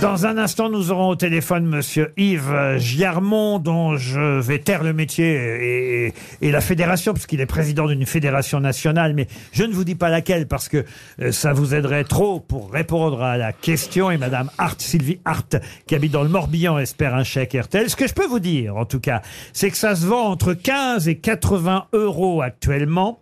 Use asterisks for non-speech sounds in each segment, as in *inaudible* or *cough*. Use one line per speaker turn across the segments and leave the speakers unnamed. Dans un instant, nous aurons au téléphone Monsieur Yves Giarmon, dont je vais taire le métier et, et la fédération, puisqu'il est président d'une fédération nationale. Mais je ne vous dis pas laquelle, parce que euh, ça vous aiderait trop pour répondre à la question. Et Madame Hart, Sylvie Hart, qui habite dans le Morbihan, espère un chèque RTL. Ce que je peux vous dire, en tout cas, c'est que ça se vend entre 15 et 80 euros actuellement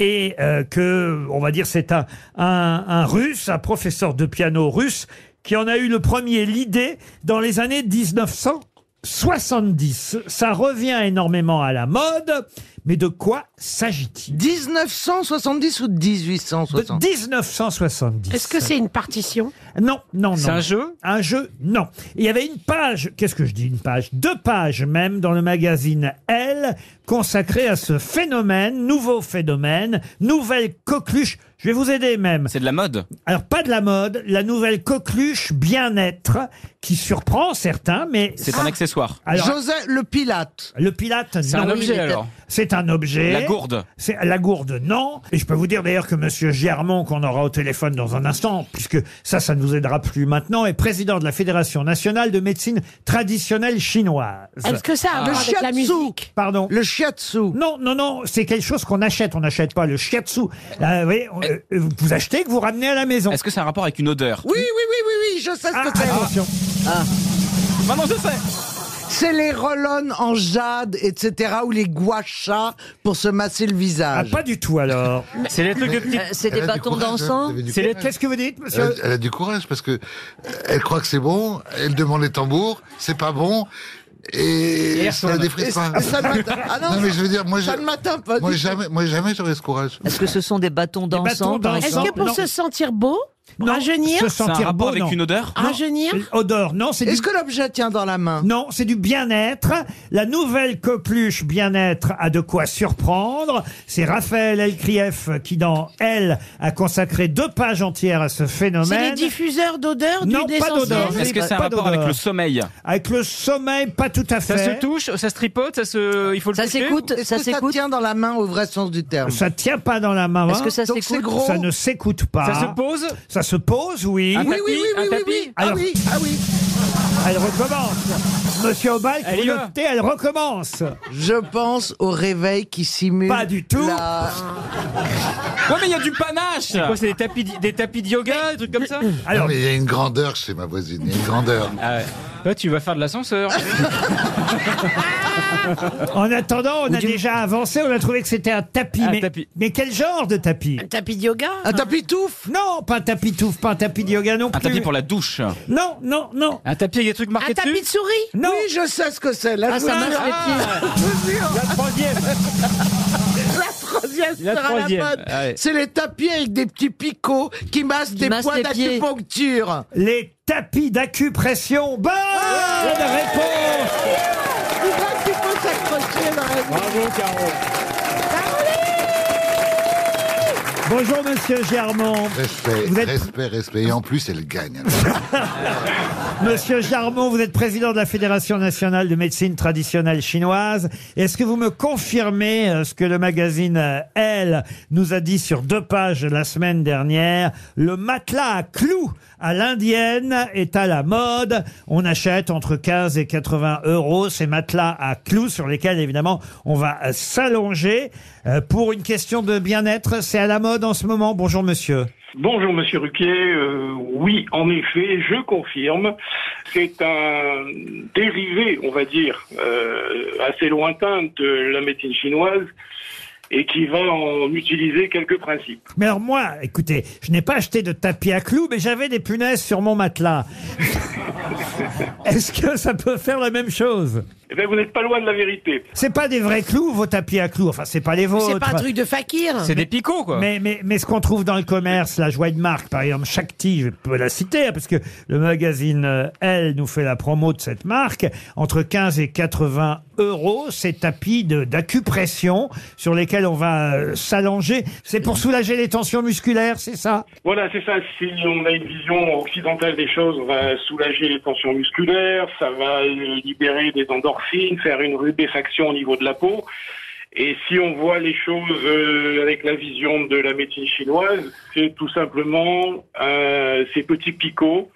et euh, que, on va dire, c'est un, un, un russe, un professeur de piano russe, qui en a eu le premier l'idée dans les années 1970. Ça revient énormément à la mode, mais de quoi s'agit-il
1970 ou
De
1860
1970.
Est-ce que c'est une partition
Non, non, non.
C'est un jeu
Un jeu Non. Il y avait une page, qu'est-ce que je dis une page Deux pages même dans le magazine Elle, consacrée à ce phénomène, nouveau phénomène, nouvelle coqueluche. Je vais vous aider même.
C'est de la mode.
Alors pas de la mode, la nouvelle coqueluche bien-être qui surprend certains, mais Ah.
C'est un accessoire.
alors
Joseph le Pilate.
le pilate,
C'est
non.
un objet
était-
alors.
C'est un objet.
La gourde.
C'est la gourde, non. Et je peux vous dire d'ailleurs que Monsieur Germont, qu'on aura au téléphone dans un instant, puisque ça, ça ne nous aidera plus maintenant, est président de la Fédération nationale de médecine traditionnelle chinoise.
Est-ce que ça a à
Ah.
Le
voir Ah. avec la
shiatsu.
musique
Pardon.
Le shiatsu.
Non, non, non, c'est quelque chose qu'on achète. On n'achète pas le shiatsu. Là, vous, voyez, on- euh, vous achetez que vous ramenez à la maison.
Est-ce que c'est un rapport avec une odeur
Oui, oui, oui, oui, oui, je sais ce
Ah,
que c'est.
attention.
Maintenant je sais
C'est les roll en jade, etc., ou les gua sha pour se masser le
Ah,
visage.
pas du tout alors.
C'est les trucs de
Euh, C'est des
Elle a du
bâtons
courage,
d'encens
hein, elle avait du
C'est les-
courage.
Qu'est-ce que vous dites,
Elle a,
monsieur
elle a du courage parce que euh, elle croit que c'est bon, elle demande les tambours, c'est pas bon, et,
elle
ça la
retourne.
défrise pas.
Et ça ne m'atteint- ah non,
Non mais je veux dire, moi,
ça
je-
ne m'atteint pas.
moi
du tout.
jamais, moi jamais j'aurais ce courage.
Est-ce que ce sont des bâtons
bâtons
d'encens par
d'encens.
Est-ce
exemple
que pour
Non.
se sentir beau,
Non,
rajeunir,
se
C'est un
sentir
rapport
beau,
avec
non.
une odeur
Ah,
rajeunir
Odeur, non, c'est du
Est-ce que l'objet tient dans la main
Non, c'est du bien-être. La nouvelle coqueluche bien-être a de quoi surprendre. C'est Raphaël Elkrief qui, dans Elle, a consacré deux pages entières à ce
C'est les
phénomène.
diffuseurs d'odeurs du
Non, pas d'odeur.
essentiel
Est-ce que
bah,
pas-
c'est un
pas
rapport
d'odeur.
avec le sommeil
Avec le sommeil, pas tout à fait.
Ça se touche, ça se tripote, Oh, ça se. Il faut le
Ça
toucher
s'écoute,
Est-ce
ça
que ça
s'écoute.
tient dans la main au vrai sens du terme
Ça tient pas dans la main.
Est-ce que ça Oh.
Donc c'est
s'écoute
gros.
Ça ne s'écoute pas.
Ça se pose Ah
Ça se pose, oui.
Un
Oui,
tapis,
oui, oui,
un
oui, oui,
tapis.
oui. Ah
Alors-
oui, ah oui.
Elle recommence. Monsieur Obal,
Elle
vous
y va.
notez, elle recommence.
Je pense au réveil qui simule.
Pas du tout.
la-
Ouais mais il y a du panache
Quoi, c'est des tapis, di- des tapis de yoga, des trucs comme ça
Non,
Alors,
mais il y a une grandeur chez ma voisine, il y a une grandeur.
Ah ouais.
Toi, tu vas faire de l'ascenseur.
en attendant, on a déjà avancé. On a trouvé que c'était un tapis.
Un
mais,
tapis.
mais quel genre de tapis
Un tapis de yoga
Un tapis touffe.
Non, pas un tapis touffe, pas un tapis de yoga non
Un
plus.
tapis pour la douche.
Non, non, non,
Un tapis avec des trucs
Un
marqués
tapis
dessus
de souris
non.
Oui, je sais ce que c'est. La
Ah, ça
joueuse.
marche les pieds.
La troisième
La
sera
troisième,
la mode.
ah ouais.
C'est les tapis avec des petits picots qui massent des
massent
points
les pieds.
d'acupuncture.
Les tapis d'acupression. Bonne
Ah
réponse
Tu vois qu'il faut s'accrocher dans la vie.
Bonjour, monsieur Germont.
Respect,
Vous êtes-
respect, respect. Et en plus, elle gagne.
Monsieur Germont, vous êtes président de la Fédération nationale de médecine traditionnelle chinoise. Est-ce que vous me confirmez euh, ce que le magazine euh, Elle nous a dit sur deux pages la semaine dernière Le matelas à clous à l'indienne est à la mode. On achète entre 15 et 80 euros ces matelas à clous sur lesquels, évidemment, on va euh, s'allonger. Euh, Pour une question de bien-être, c'est à la mode en ce moment. Bonjour, monsieur.
Bonjour Monsieur Ruquier, Euh, oui en effet, je confirme, c'est un dérivé, on va dire, euh, assez lointain de la médecine chinoise et qui va en utiliser quelques principes.
Mais alors moi, écoutez, je n'ai pas acheté de tapis à clous, mais j'avais des punaises sur mon matelas. Est-ce que ça peut faire la même chose
Eh bien, vous n'êtes pas loin de la vérité.
C'est pas des vrais clous, vos tapis à clous. Enfin, c'est pas les vôtres.
C'est pas un truc de fakir
C'est des picots, quoi.
Mais, mais, mais ce qu'on trouve dans le commerce, la joie de marque, par exemple, Shakti, je peux la citer, hein, parce que le magazine euh, Elle nous fait la promo de cette marque, entre 15 et 80 euros, ces tapis de- d'acupression sur lesquels on va euh, s'allonger. C'est pour soulager les tensions musculaires, c'est ça
Voilà, c'est ça. Si on a une vision occidentale des choses, on va soulager les tensions musculaires, ça va euh, libérer des endorphines, faire une rubéfaction au niveau de la peau. Et si on voit les choses euh, avec la vision de la médecine chinoise, c'est tout simplement euh, ces petits picots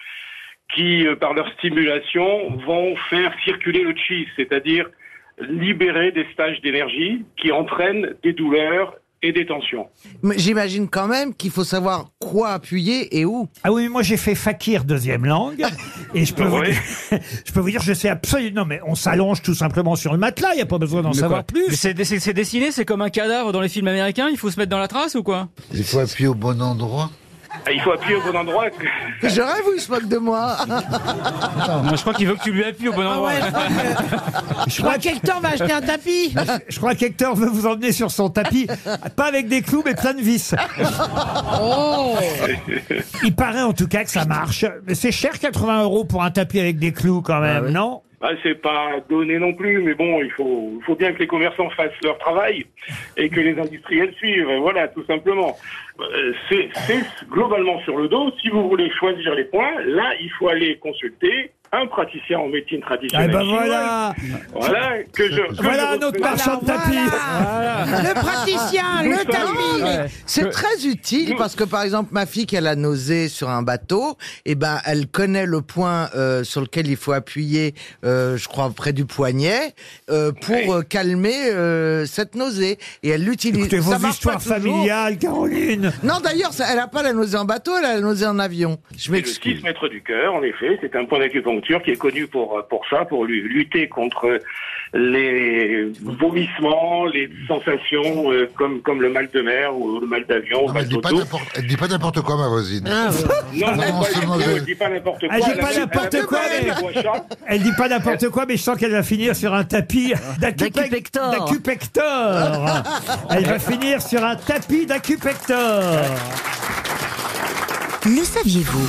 qui, euh, par leur stimulation, vont faire circuler le chi, c'est-à-dire libérer des stages d'énergie qui entraînent des douleurs et des tensions.
Mais J'imagine quand même qu'il faut savoir quoi appuyer et où.
Ah oui, moi j'ai fait fakir deuxième langue et je peux, vous
Oui.
dire, *laughs* je peux vous dire, je sais absolument. Non, mais on s'allonge tout simplement sur le matelas, il n'y a pas besoin d'en savoir plus.
Mais C'est c'est- c'est dessiné, c'est comme un cadavre dans les films américains, il faut se mettre dans la trace ou quoi
Il faut appuyer au bon endroit.
Et il faut appuyer au bon endroit.
Je rêve ou il se moque de moi
Non, je crois qu'il veut que tu lui appuies au bon *laughs* endroit.
Je
Dans
crois que-
Bah quel temps va acheter un tapis
je crois qu'Hector veut vous emmener sur son tapis, pas avec des clous, mais plein de vis. Il paraît en tout cas que ça marche. Mais c'est cher 80 euros pour un tapis avec des clous quand même, non
Ah, c'est pas donné non plus, mais bon, il faut, il faut bien que les commerçants fassent leur travail et que les industriels suivent. Voilà, tout simplement. Euh, C'est c'est globalement sur le dos. Si vous voulez choisir les points, là, il faut aller consulter un praticien en médecine
Eh
traditionnelle.
ben
chinoise.
voilà,
Voilà, que je. que
voilà
je
un autre
reconnais.
marchand de tapis.
Le
Ah,
praticien, le tapis.
C'est très utile parce que par exemple ma fille qui a la nausée sur un bateau, eh ben elle connaît le point euh, sur lequel il faut appuyer, euh, je crois près du poignet, euh, pour euh, calmer euh, cette nausée. Et elle l'utilise.
Écoutez, vos
Ça marche pas
histoires
toujours.
familiales, Caroline.
Non d'ailleurs, ça- elle a pas la nausée en bateau, elle a la nausée en avion. Je
Et le 6
m'excuse.
mètres du cœur, en effet, c'est un point d'acupuncture qui est connu pour, pour ça, pour lu- lutter contre les vomissements, les sensations euh, comme, comme le mal de mer ou le mal d'avion,
Non,
le
mais
mal
elle dit pas
d'auto.
n'importe- elle dit pas n'importe quoi, ma voisine.
Non,
Ah, Non,
non,
c'est
pas,
mauvais.
elle dit pas n'importe quoi.
Elle dit
Elle
Ah, pas
a- elle a-
n'importe
elle a-
quoi,
elle a- elle a-
Elle dit pas n'importe quoi, mais je sens qu'elle va finir sur un tapis d'acupec-
D'acupector.
d'acupector. Elle va finir sur un tapis d'acupector.
Le saviez-vous